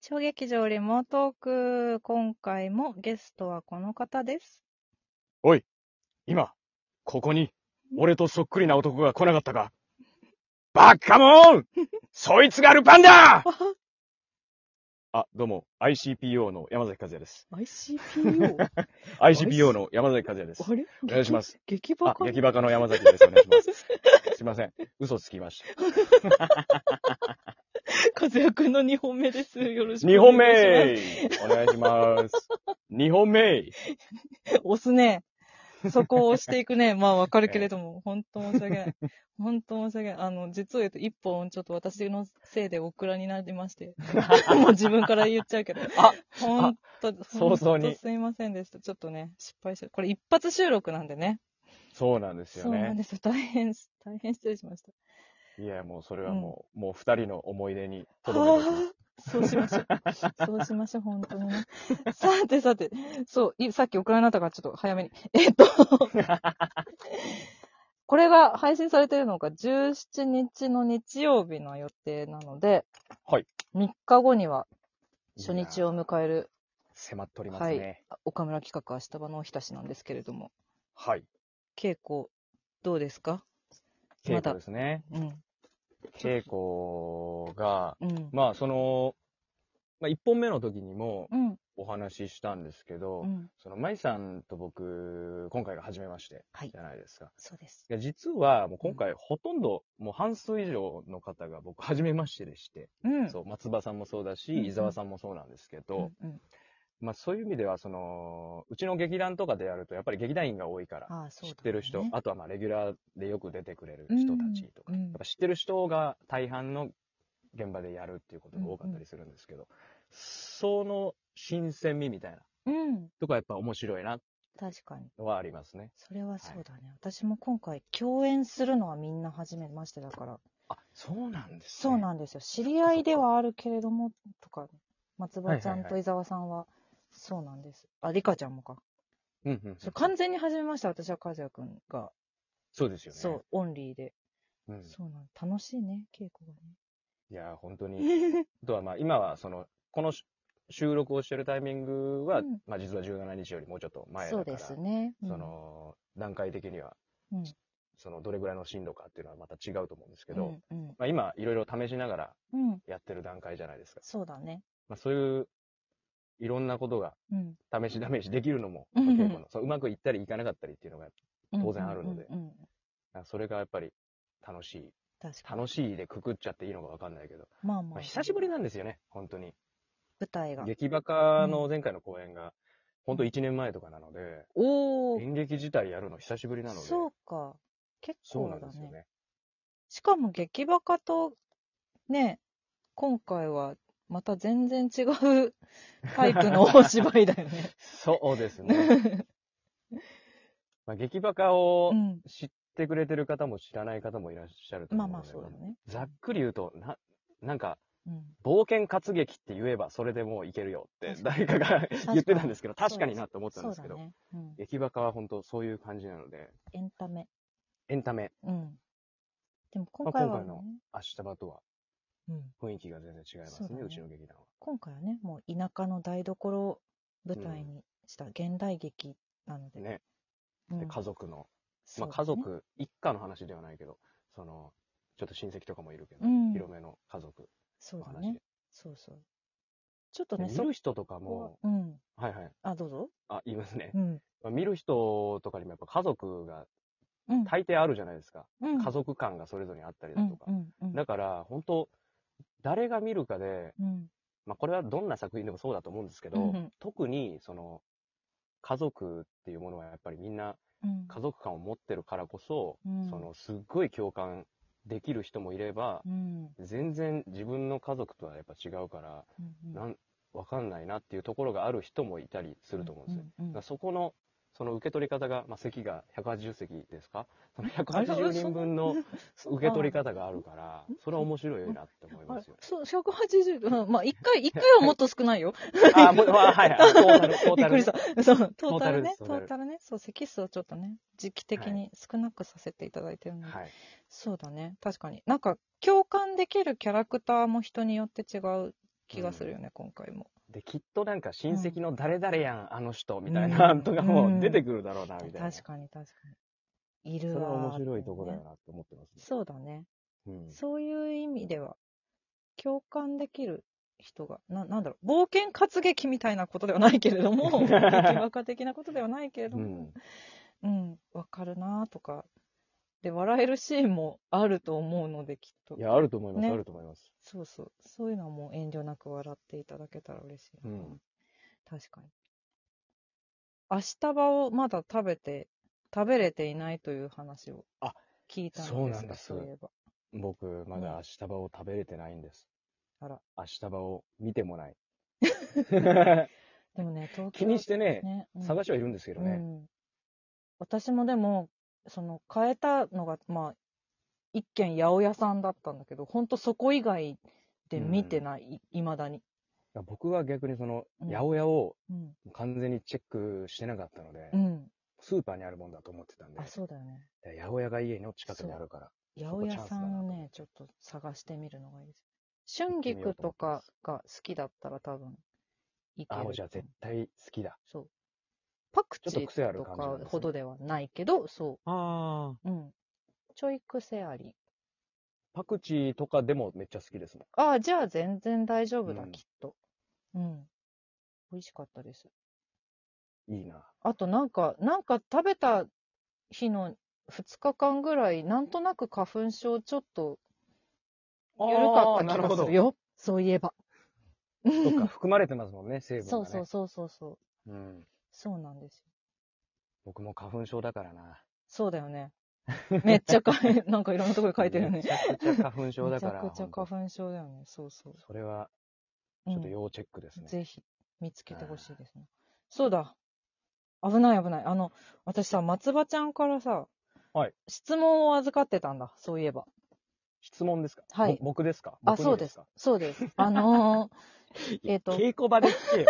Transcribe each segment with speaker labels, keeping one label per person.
Speaker 1: 小劇場リモートーク、今回もゲストはこの方です。
Speaker 2: おい、今、ここに、俺とそっくりな男が来なかったかバッ カモンそいつがルパンだあ、どうも、ICPO の山崎和也です。
Speaker 1: ICPO? あ
Speaker 2: ICPO の山崎和也です。
Speaker 1: れ
Speaker 2: お願いします。
Speaker 1: 激バ
Speaker 2: あ、
Speaker 1: カ
Speaker 2: 劇バカの山崎です。お願いします。 すいません。嘘つきまし
Speaker 1: 和也くんの2本目です。よろ
Speaker 2: た。2本目お願いします。2本目
Speaker 1: 押すね。そこを押していく ね。まあわかるけれども、本当申し訳ない。本当申し訳ない。あの、実を言うと一本ちょっと私のせいでオクラになりまして。 もう自分から言っちゃうけど。
Speaker 2: あ、
Speaker 1: 本当
Speaker 2: 早々に
Speaker 1: ほんとすいませんでした。ちょっとね、失敗して。これ一発収録なんでね。
Speaker 2: そうなんです
Speaker 1: そ
Speaker 2: よ
Speaker 1: うなん
Speaker 2: ね。
Speaker 1: です。大変、大変失礼しました。
Speaker 2: いや、もうそれはもう、もう二人の思い出にとどめておきます
Speaker 1: はあ、 そうしましょう。そうしましょう、本当にね。 さてさて、そう、いさっきオクラになったからちょっと早めに。 えっと、これが配信されてるのが17日の日曜日の予定なので、
Speaker 2: はい。
Speaker 1: 3日後には初
Speaker 2: い
Speaker 1: 日
Speaker 2: や
Speaker 1: を迎える
Speaker 2: 迫っておりますね。
Speaker 1: 岡村企画明日場のおひたしなんですけれども、
Speaker 2: はい。
Speaker 1: 稽古、どうですかま
Speaker 2: 稽
Speaker 1: だ
Speaker 2: 古ですね。
Speaker 1: うん。
Speaker 2: 稽古が、
Speaker 1: うん。
Speaker 2: まあその、まあ、1本目の時にも
Speaker 1: うん。
Speaker 2: お話ししたんですけど、
Speaker 1: うん。
Speaker 2: その舞さんと僕、今回が初めまして
Speaker 1: はい
Speaker 2: じゃないですか。
Speaker 1: そうです。
Speaker 2: いや実はもう今回ほとんど、もう半数以上の方が僕、初めましてでして、
Speaker 1: うん。
Speaker 2: そう松葉さんもそうだし、
Speaker 1: うんうん
Speaker 2: 伊沢さんもそうなんですけど、
Speaker 1: うんうん
Speaker 2: まあ、そういう意味ではその、うちの劇団とかでやると、やっぱり劇団員が多いから、
Speaker 1: ああ、そう
Speaker 2: 知っ
Speaker 1: だ
Speaker 2: てる人、
Speaker 1: ね
Speaker 2: あとはまあレギュラーでよく出てくれる人たちとか、
Speaker 1: うんうん
Speaker 2: やっぱ知ってる人が大半の現場でやるっていうことが多かったりするんですけど、その新鮮味みたい
Speaker 1: う
Speaker 2: な
Speaker 1: ん。
Speaker 2: とかやっぱ面白いな
Speaker 1: 確かに。
Speaker 2: のはありますね。
Speaker 1: それはそうだね。私も今回、共演するのはみんな初めましてだから。
Speaker 2: あ、そうなんですね。
Speaker 1: そうなんですよ。知り合いではあるけれども、とか、松葉ちゃんと伊沢さんは、そうなんです。あ、リカちゃんもか。
Speaker 2: うんうんうん
Speaker 1: それ完全に初めまして、私は和也くんが。
Speaker 2: そうですよね。
Speaker 1: そう、オンリーで。
Speaker 2: うん。
Speaker 1: そうなん楽しいね、稽古
Speaker 2: いや、本当に。
Speaker 1: がね。
Speaker 2: あとはまあ今はその、このし収録をしてるタイミングは、
Speaker 1: うん
Speaker 2: まあ実は17日よりもうちょっと前だ
Speaker 1: そ
Speaker 2: か
Speaker 1: う
Speaker 2: ら、
Speaker 1: ですね。うん
Speaker 2: そ、の、段階的には、
Speaker 1: うん
Speaker 2: その、どれぐらいの進路かっていうのはまた違うと思うんですけど、
Speaker 1: うん、うん
Speaker 2: まあ、今、いろいろ試しながら
Speaker 1: うん。
Speaker 2: やってる段階じゃないですか。
Speaker 1: そうだね。
Speaker 2: まあ、そういう、いろんなことが
Speaker 1: うん。
Speaker 2: 試し試しできるのも、
Speaker 1: うんうん
Speaker 2: まあ稽古のそううまくいったりいかなかったりっていうのが、当然あるので
Speaker 1: うんうんうんうん
Speaker 2: あそれがやっぱり楽しい。
Speaker 1: 確かに。
Speaker 2: 楽しいでくくっちゃっていいのかわかんないけど、
Speaker 1: まあま
Speaker 2: ま
Speaker 1: あ。
Speaker 2: あ、久しぶりなんですよね、本当に。
Speaker 1: 舞台が。
Speaker 2: 劇バカの前回の公演が、本当1年前とかなので、
Speaker 1: おー。
Speaker 2: 演劇自体やるの久しぶりなので、
Speaker 1: そうか。結
Speaker 2: そう
Speaker 1: 構
Speaker 2: なん
Speaker 1: だ
Speaker 2: ですよ
Speaker 1: ね。
Speaker 2: ね。
Speaker 1: しかも劇バカと、ね、今回はまた全然違うタイ プのお芝居だよね。
Speaker 2: そうですね。 まあ、劇バカを
Speaker 1: うん。
Speaker 2: 知ってくれてる方も知らない方もいらっしゃると
Speaker 1: ま
Speaker 2: 思
Speaker 1: あ
Speaker 2: うの
Speaker 1: ま
Speaker 2: で、
Speaker 1: あそうだね。
Speaker 2: ざっくり言うと、な、なんか、
Speaker 1: うん。
Speaker 2: 冒険活劇って言えばそれでもういけるよって誰かが
Speaker 1: に
Speaker 2: 言ってたんですけど、
Speaker 1: 確かに
Speaker 2: 確かになって思ったん
Speaker 1: そ
Speaker 2: で
Speaker 1: う
Speaker 2: す
Speaker 1: だ
Speaker 2: けど、
Speaker 1: ね。うん。
Speaker 2: 劇バカは本当そういう感じなので、
Speaker 1: エンタメ。
Speaker 2: エンタメ、
Speaker 1: うん。でも今回は、ね
Speaker 2: まあ今明日場とは
Speaker 1: うん、
Speaker 2: 雰囲気が全然違いま
Speaker 1: そ
Speaker 2: す
Speaker 1: う
Speaker 2: ね、
Speaker 1: だ
Speaker 2: う
Speaker 1: ね
Speaker 2: ちの劇団は。
Speaker 1: 今回はね、もう田舎の台所を舞台にした現代劇なので。
Speaker 2: ね。
Speaker 1: うん
Speaker 2: で、家族の、
Speaker 1: そうだ
Speaker 2: まあ
Speaker 1: ね
Speaker 2: 家族、一家の話ではないけど、その、ちょっと親戚とかもいるけど、
Speaker 1: うん
Speaker 2: 広めの家族
Speaker 1: そう
Speaker 2: の
Speaker 1: だ
Speaker 2: 話で。
Speaker 1: ね。そうそう。ちょっと
Speaker 2: で
Speaker 1: ね、
Speaker 2: 見
Speaker 1: そ
Speaker 2: る人とか
Speaker 1: こ
Speaker 2: も、
Speaker 1: は、うん。
Speaker 2: はいはい。
Speaker 1: あ、どうぞ。
Speaker 2: あ、言いますね。
Speaker 1: うん。
Speaker 2: まあ見る人とかにもやっぱ家族が
Speaker 1: うん。
Speaker 2: 大抵あるじゃないですか。
Speaker 1: うん
Speaker 2: 家族感がそれぞれにあったり
Speaker 1: う
Speaker 2: だ
Speaker 1: ん
Speaker 2: とか。
Speaker 1: うんうん
Speaker 2: だから、本当誰が見るかで、
Speaker 1: うん
Speaker 2: まあ、これはどんな作品でもそうだと思うんですけど、
Speaker 1: うんうん
Speaker 2: 特に、その、家族っていうものはやっぱりみんな
Speaker 1: うん
Speaker 2: 家族感を持ってるからこそ、
Speaker 1: うん
Speaker 2: その、すっごい共感できる人もいれば、
Speaker 1: うん
Speaker 2: 全然自分の家族とはやっぱ違うから、
Speaker 1: うんうん
Speaker 2: なん、わかんないなっていうところがある人もいたりすると思うんですよ。
Speaker 1: うんうんう
Speaker 2: だか
Speaker 1: ん
Speaker 2: らそこの、その受け取り方が、まあ、席が180席ですかその
Speaker 1: あれそんな
Speaker 2: 180人分の受け取り方があるから、それは面白いなって思い
Speaker 1: あ
Speaker 2: ま
Speaker 1: れ
Speaker 2: すよ。
Speaker 1: そう、180、うん、まあ、一回、一回はもっと少ないよ。
Speaker 2: あ、もう、あはい、はいトータル、トー
Speaker 1: びっ
Speaker 2: タル、
Speaker 1: くりした。そう、トータルね、ト
Speaker 2: トータルですトータ
Speaker 1: ー
Speaker 2: ル
Speaker 1: タルね。そう、席数をちょっとね、時期的に少なくさせていただいてるので、
Speaker 2: はい。
Speaker 1: そうだね、確かに。なんか、共感できるキャラクターも人によって違う気がするよね、今回も。
Speaker 2: で、きっとなんか親戚の誰々やん、あの人、みたいな、
Speaker 1: うん
Speaker 2: とかも出てくるだろうな、みたいな。
Speaker 1: 確かに確かに。い
Speaker 2: そ
Speaker 1: る
Speaker 2: れ
Speaker 1: わ
Speaker 2: は
Speaker 1: ー
Speaker 2: 面白いとこだよ
Speaker 1: ね
Speaker 2: なって思ってますね。
Speaker 1: そうだね。
Speaker 2: うん。
Speaker 1: そういう意味では、共感できる人が、な、なんだろう、冒険活劇みたいなことではないけれど も、劇バカ的なことではないけれど
Speaker 2: う
Speaker 1: も、
Speaker 2: ん。
Speaker 1: うん、わかるなとか。で、笑えるシーンもあると思うので、きっと
Speaker 2: い。や、あると思います、
Speaker 1: ね
Speaker 2: あると思います。
Speaker 1: そうそう。そういうのはもう遠慮なく笑っていただけたら嬉しいな。
Speaker 2: うん
Speaker 1: 確かに。明日場をまだ食べて、食べれていないという話を
Speaker 2: あ
Speaker 1: 聞いたんですが、
Speaker 2: そうなんです
Speaker 1: そういえば。
Speaker 2: 僕、ま
Speaker 1: うん
Speaker 2: だ明日場を食べれてないんです。
Speaker 1: あら。
Speaker 2: 明日場を見て もない。
Speaker 1: でもね、東京
Speaker 2: 気にしてね、
Speaker 1: ね、うん
Speaker 2: 探してはいるんですけど
Speaker 1: う
Speaker 2: ね。
Speaker 1: ん、私もでもその変えたのがまあ一軒八百屋さんだったんだけどほんとそこ以外で見てないいま、未だに、
Speaker 2: 僕は逆にその、
Speaker 1: うん
Speaker 2: 八百屋を
Speaker 1: うん
Speaker 2: 完全にチェックしてなかったので、
Speaker 1: うん、
Speaker 2: スーパーにあるもんだと思ってたんで
Speaker 1: あ、そうだよね
Speaker 2: で八百屋が家の近くにあるから。
Speaker 1: 八
Speaker 2: こ
Speaker 1: 百
Speaker 2: チャンスだな
Speaker 1: 屋さんをねちょっと探してみるのがいいです春菊とかが好きだったら多分いけ
Speaker 2: あ、
Speaker 1: る
Speaker 2: もうじゃあ絶対好きだ。
Speaker 1: そうパクチ
Speaker 2: ちょっと癖あ
Speaker 1: ー
Speaker 2: る
Speaker 1: と
Speaker 2: 感じなん
Speaker 1: か
Speaker 2: ですね
Speaker 1: ほどではないけどそ
Speaker 2: ああ。
Speaker 1: ううんちょい癖あり
Speaker 2: パクチーとかでもめっちゃ好きですもん。
Speaker 1: ああ、じゃあ全然大丈夫だ、
Speaker 2: うん
Speaker 1: きっと。うん。美味しかったです。
Speaker 2: いいな。
Speaker 1: あとなんか、なんか食べた日の2日間ぐらい、なんとなく花粉症ちょっと緩かった気がするよ。そういえば。
Speaker 2: と か、含まれてますもんね、成分が、ね。
Speaker 1: そうそうそうそうそう。
Speaker 2: うん。
Speaker 1: そうなんですよ。
Speaker 2: 僕も花粉症だからな。
Speaker 1: そうだよ ね。めっちゃかい、なんかいろんなところに書いてるよね。
Speaker 2: めちゃくちゃ花粉症
Speaker 1: め
Speaker 2: だ
Speaker 1: ち
Speaker 2: か
Speaker 1: ゃ
Speaker 2: ら。
Speaker 1: くちゃ
Speaker 2: ほ
Speaker 1: 花
Speaker 2: んと
Speaker 1: 粉症だよね。そうそう。
Speaker 2: それは、
Speaker 1: う
Speaker 2: ちょっと
Speaker 1: ん
Speaker 2: 要チェックですね。
Speaker 1: ぜひ見つけてほしいですね。そうだ。危ない危ない。あの、私さ、松葉ちゃんからさ、
Speaker 2: はい
Speaker 1: 質問を預かってたんだ、そういえば。
Speaker 2: 質問ですか
Speaker 1: はい
Speaker 2: ぼ僕ですか
Speaker 1: あ、
Speaker 2: 僕
Speaker 1: そ
Speaker 2: に
Speaker 1: うです。そうです。あの
Speaker 2: ですか
Speaker 1: えっと
Speaker 2: 稽古場で聞 けよ。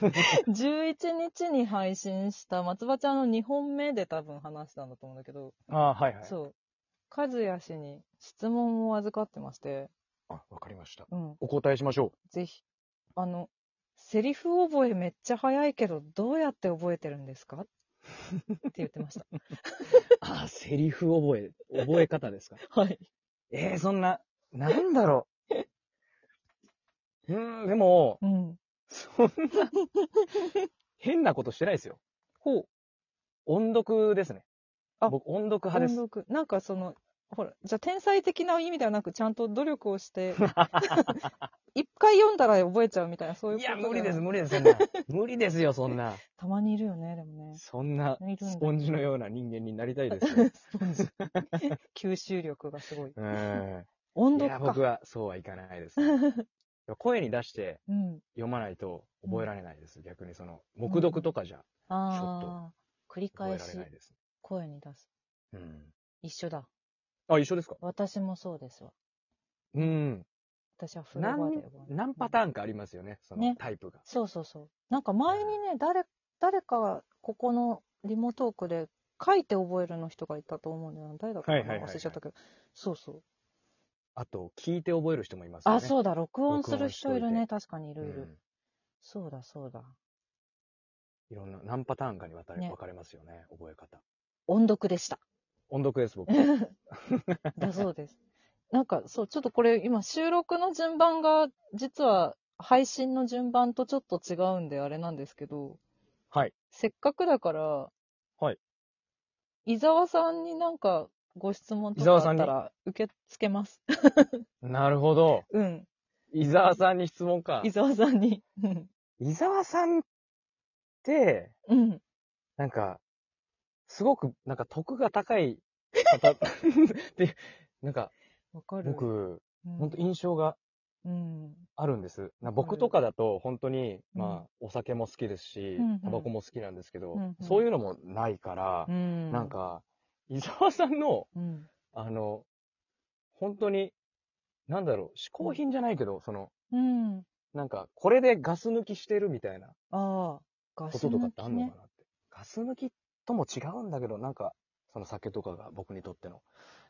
Speaker 1: ー、11日 に配信した松葉ちゃんの2本目で多分話したんだと思うんだけど、
Speaker 2: あーはいはい。
Speaker 1: そう。和也氏に質問を預かってまして、
Speaker 2: あ、わかりました。
Speaker 1: うん、
Speaker 2: お答えしましょ
Speaker 1: ぜひ。あの、セリフ覚えめっちゃ早いけど、どうやって覚えてるんですかって言ってました。
Speaker 2: う。あー、 セリフ覚え、覚え方ですか
Speaker 1: はい。
Speaker 2: えー、そんな、なんだろう。う ーん、でも、
Speaker 1: うん。
Speaker 2: そんな、変なことしてないですよ。
Speaker 1: ほう。
Speaker 2: 音読ですね。
Speaker 1: あ
Speaker 2: 僕、音読派です。
Speaker 1: 音読なんかその、ほら、じゃあ天才的な意味ではなく、ちゃんと努力を して、一回読んだら覚えちゃうみたいな、そういう
Speaker 2: い
Speaker 1: こと
Speaker 2: や、無理です、
Speaker 1: は
Speaker 2: 無理です、そ んな。無理ですよ、そんな。
Speaker 1: たまにいるよね、でもね。
Speaker 2: そんない
Speaker 1: るん、だ
Speaker 2: スポンジのような人間になりたいです よ。
Speaker 1: スポンジ吸収力がすごい。
Speaker 2: うん。
Speaker 1: 音
Speaker 2: いや、
Speaker 1: 読
Speaker 2: 僕
Speaker 1: か。
Speaker 2: はそうはいかないです ね、声に出して
Speaker 1: うん。
Speaker 2: 読まないと覚えられないです。逆にその、黙読とかじゃ
Speaker 1: ああ、繰り
Speaker 2: 覚え
Speaker 1: 返
Speaker 2: ら
Speaker 1: し
Speaker 2: れないです。
Speaker 1: 声に出す。
Speaker 2: うん。
Speaker 1: 一緒だ。
Speaker 2: あ、一緒ですか
Speaker 1: 私もそうですわ。
Speaker 2: うん。
Speaker 1: 私はフロアで
Speaker 2: 何
Speaker 1: 覚え、る
Speaker 2: 何パターンかありますよね、その
Speaker 1: ね
Speaker 2: タイプが。
Speaker 1: そうそうそう。なんか前にね、誰、誰かがここのリモトークで書いて覚えるの人がいたと思うんだよな。誰だったか
Speaker 2: はいはい
Speaker 1: な
Speaker 2: はいはい
Speaker 1: 忘れちゃったけど。そうそう。
Speaker 2: あと、聞いて覚える人もいますよね。
Speaker 1: あ、そうだ、録音する人いるね。
Speaker 2: 録
Speaker 1: 確かにいるいる。
Speaker 2: うん
Speaker 1: そうだ、そうだ。
Speaker 2: いろんな、何パターンかにわたれ、
Speaker 1: ね
Speaker 2: 分かれますよね、覚え方。
Speaker 1: 音読でした。
Speaker 2: 音読です、僕。
Speaker 1: だそうです。 なんか、そう、ちょっとこれ、今、収録の順番が、実は、配信の順番とちょっと違うんで、あれなんですけど、
Speaker 2: はい。
Speaker 1: せっかくだから、
Speaker 2: はい。
Speaker 1: 伊沢さんになんか、ご質問と
Speaker 2: 伊
Speaker 1: かあ
Speaker 2: 沢
Speaker 1: っ
Speaker 2: さんに
Speaker 1: たら、受け付けます。
Speaker 2: なるほど。
Speaker 1: うん。
Speaker 2: 伊沢さんに質問か
Speaker 1: 伊。沢さんに。うん。
Speaker 2: 伊沢さんって、
Speaker 1: うん。
Speaker 2: なんか、すごく、なんか、得が高い 方で、なんか、
Speaker 1: わかる。
Speaker 2: 僕、
Speaker 1: うん、
Speaker 2: ほんと印象が
Speaker 1: うん。
Speaker 2: あるんです。な
Speaker 1: わかる
Speaker 2: 僕とかだと、本当に、
Speaker 1: うん
Speaker 2: まあ、お酒も好きですし
Speaker 1: うんうん、
Speaker 2: タバコも好きなんですけど
Speaker 1: うん、うん
Speaker 2: そういうのもないから
Speaker 1: う、ん。
Speaker 2: なん、か、伊沢さんの、
Speaker 1: うん。
Speaker 2: あの、本当に、なんだろう、嗜好品じゃないけど、その、
Speaker 1: うん。
Speaker 2: なんか、これでガス抜きしてるみたいな
Speaker 1: ああ、ガ
Speaker 2: こ
Speaker 1: ス
Speaker 2: ととかっ
Speaker 1: 抜
Speaker 2: てあ
Speaker 1: き
Speaker 2: んのか
Speaker 1: ね
Speaker 2: な。って。ガス抜きとも違うんだけど、なんか、その酒とかが僕にとっての、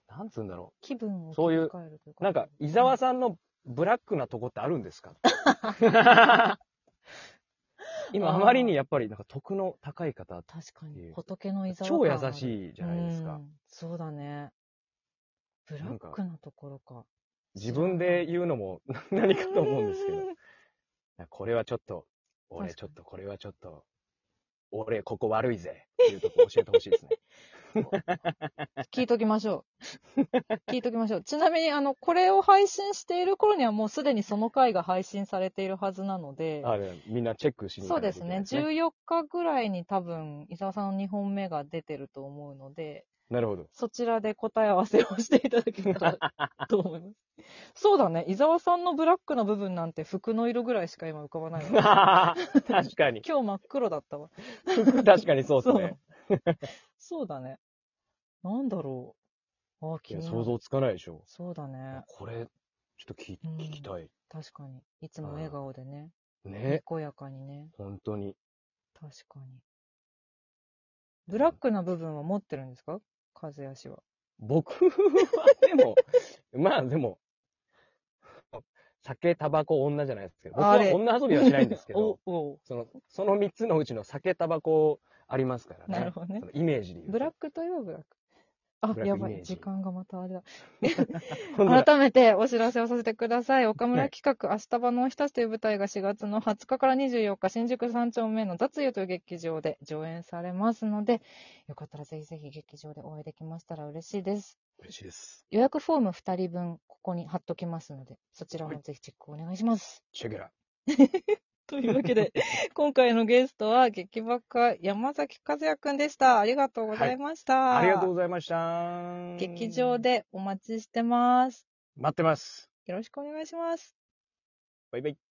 Speaker 2: なんつうんだろ
Speaker 1: 気分を
Speaker 2: そういう
Speaker 1: 切り替えるという
Speaker 2: う。なんか、伊沢さんのブラックなとこってあるんで すか今、あまりにやっぱり、なんか、徳の高い方、
Speaker 1: 確か
Speaker 2: い
Speaker 1: に。
Speaker 2: う
Speaker 1: 仏のいざ
Speaker 2: 超優しい
Speaker 1: い
Speaker 2: じゃないですか。
Speaker 1: そうだね。ブラ
Speaker 2: なん
Speaker 1: ッ
Speaker 2: か
Speaker 1: クなところか。
Speaker 2: 自分で言うのも 何かと思うんですけど。これはちょっと、俺
Speaker 1: 確
Speaker 2: ち
Speaker 1: か
Speaker 2: ょ
Speaker 1: に
Speaker 2: っと、これはちょっと、俺ここ悪いぜっていうとこ教えてほし いですね。
Speaker 1: 聞いときましょう。 聞いときましょう。ちなみに、あの、これを配信している頃にはもうすでにその回が配信されているはずなので、
Speaker 2: あでみんなチェックしに行
Speaker 1: そ
Speaker 2: か
Speaker 1: うで
Speaker 2: なきゃい
Speaker 1: す
Speaker 2: けない
Speaker 1: ね。14日ぐらいに多分、伊沢さんの2本目が出てると思うので、
Speaker 2: なる ほど。
Speaker 1: そちらで答え合わせをしていただけた らと思います。そうだね。伊沢さんのブラックな部分なんて服の色ぐらいしか今浮かばないわ。
Speaker 2: 確かに。
Speaker 1: 今日真っ黒だったわ。
Speaker 2: 確かにそうですね。
Speaker 1: そうだね。なんだろう。ああ、
Speaker 2: い
Speaker 1: 気
Speaker 2: や
Speaker 1: になる
Speaker 2: 想像つかないでしょ。
Speaker 1: そうだね。
Speaker 2: これ、ちょっと聞,、
Speaker 1: うん
Speaker 2: 聞きたい。
Speaker 1: 確かに。いつも笑顔でね。に
Speaker 2: ね。
Speaker 1: こやかにね。
Speaker 2: 本当に。
Speaker 1: 確かに。ブラックな部分は持ってるんですか風足は。
Speaker 2: 僕は でも、まあでも、酒、タバコ、女じゃないですけど、僕は
Speaker 1: あれ
Speaker 2: 女遊びはしないんですけど、
Speaker 1: おお
Speaker 2: その、その3つのうちの酒、タバコありますからね。
Speaker 1: なるほどね
Speaker 2: そのイメージで言うと。
Speaker 1: ブラックといえばブラック。あ
Speaker 2: ブラッ、ク
Speaker 1: や
Speaker 2: イ
Speaker 1: ば
Speaker 2: メー
Speaker 1: い。
Speaker 2: ジ
Speaker 1: 時間がまたあれだ。
Speaker 2: ほんなら
Speaker 1: 改めてお知らせをさせてください。岡
Speaker 2: は
Speaker 1: 村
Speaker 2: い
Speaker 1: 企画、明日場のおひたしという舞台が4月の20日から24日、新宿三丁目の雑湯という劇場で上演されますので、よかったらぜひぜひ劇場でお会いできましたら嬉しいです。
Speaker 2: 嬉しいです。
Speaker 1: 予約フォーム2人分、ここに貼っときますので、そちらもぜひチェックお願いします。
Speaker 2: チェケラ。
Speaker 1: というわけで、今回のゲストは、劇バカ山崎和也くんでした。ありがとうございました。
Speaker 2: ありがとうございました。
Speaker 1: 劇場。でお待ちしてます。
Speaker 2: 待ってます。
Speaker 1: よろしくお願いします。
Speaker 2: バイバイ。